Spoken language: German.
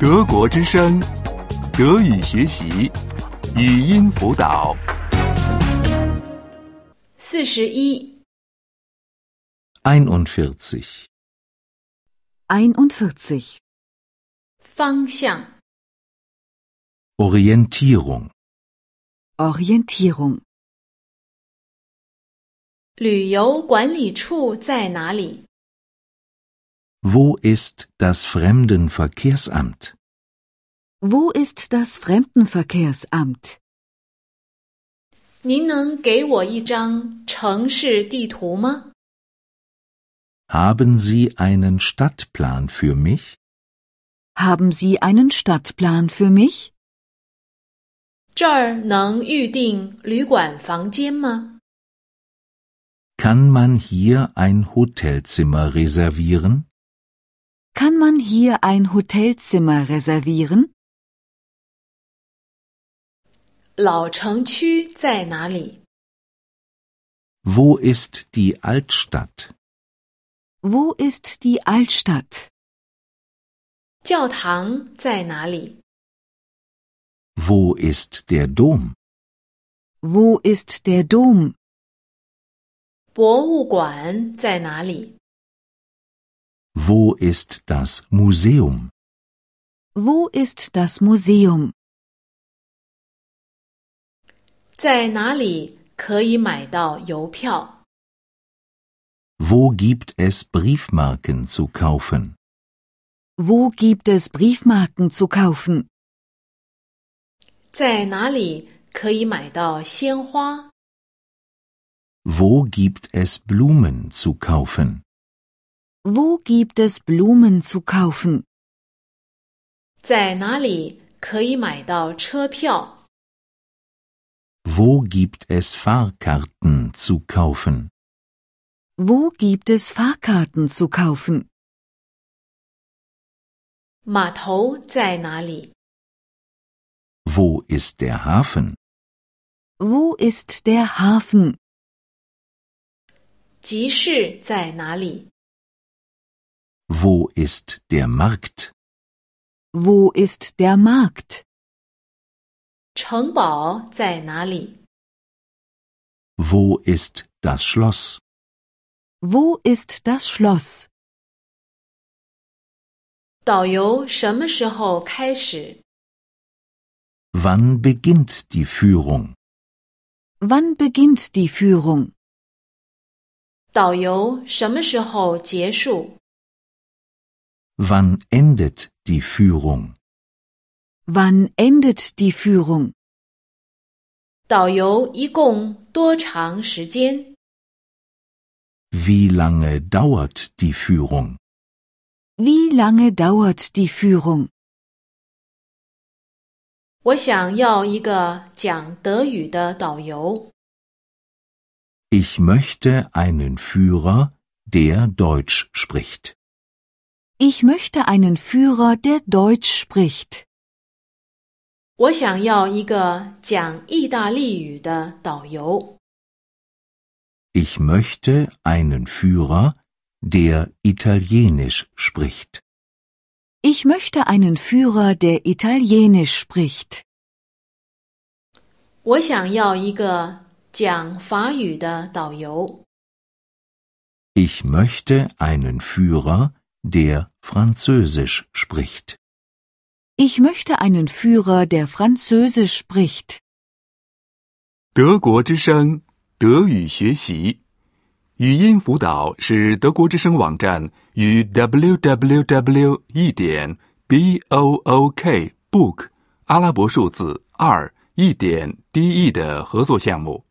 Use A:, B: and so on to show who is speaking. A: 德国之声，德语学习，语音辅导。
B: 四十一，
C: 41.
D: 41.
B: 方向
C: Orientierung.
D: Orientierung.
B: 旅游管理处在哪里？
C: Wo ist das Fremdenverkehrsamt?
D: Wo ist das Fremdenverkehrsamt?
B: 您能给我一张城市地图吗？
C: Haben Sie einen Stadtplan für mich?
D: Haben Sie einen Stadtplan für mich?
B: 这儿能预定旅馆房间吗？
C: Kann man hier ein Hotelzimmer reservieren?
D: Kann man hier ein Hotelzimmer reservieren?
B: 老城区在哪里？
C: Wo ist die Altstadt?
D: Wo ist die Altstadt?
B: 教堂在哪里？
C: Wo ist der Dom?
D: Wo ist der Dom?
B: 博物馆在哪里？
C: Wo ist das Museum?
D: Wo ist das Museum?
B: 在哪里可以买到邮票？
C: Wo gibt es Briefmarken zu kaufen?
D: Wo gibt es Briefmarken zu kaufen?
B: 在哪里可以买到鲜花？
C: Wo gibt es Blumen zu kaufen?
D: Wo gibt es Blumen zu kaufen?
B: 在哪里可以买到车票？
C: Wo gibt es Fahrkarten zu kaufen?
D: Wo gibt es Fahrkarten zu kaufen?
B: 码头在哪里？
C: Wo ist der Hafen?
D: Wo ist der Hafen?
B: 集市在哪里？
C: Wo ist der Markt?
D: Wo ist der Markt?
B: 城堡在哪里？
C: Wo ist das Schloss?
D: Wo ist das Schloss?
B: 导游什么时候开始？
C: Wann beginnt die Führung?
D: Wann beginnt die Führung?
B: 导游什么时候结束？
C: Wann endet die Führung?
D: Wann endet die Führung?
B: 导游一共多长时间？
C: Wie lange dauert die Führung?
D: Wie lange dauert die Führung?
B: 我想要一个讲德语的导游。
C: Ich möchte einen Führer, der Deutsch spricht.
D: Ich möchte einen Führer, der Deutsch spricht.
B: 我想要一个讲意大利语的导游。
C: Ich möchte einen Führer, der Italienisch spricht.
D: Ich möchte einen Führer, der Italienisch spricht.
B: 我想要一个讲法语的导游。
C: Ich möchte einen Führer, der Französisch spricht.
D: Ich möchte einen Führer, der Französisch spricht.
A: 德国之声，德语学习，语音辅导是德国之声网站与 www. 一点 b o o k book 阿拉伯数字二一点 d e 的合作项目。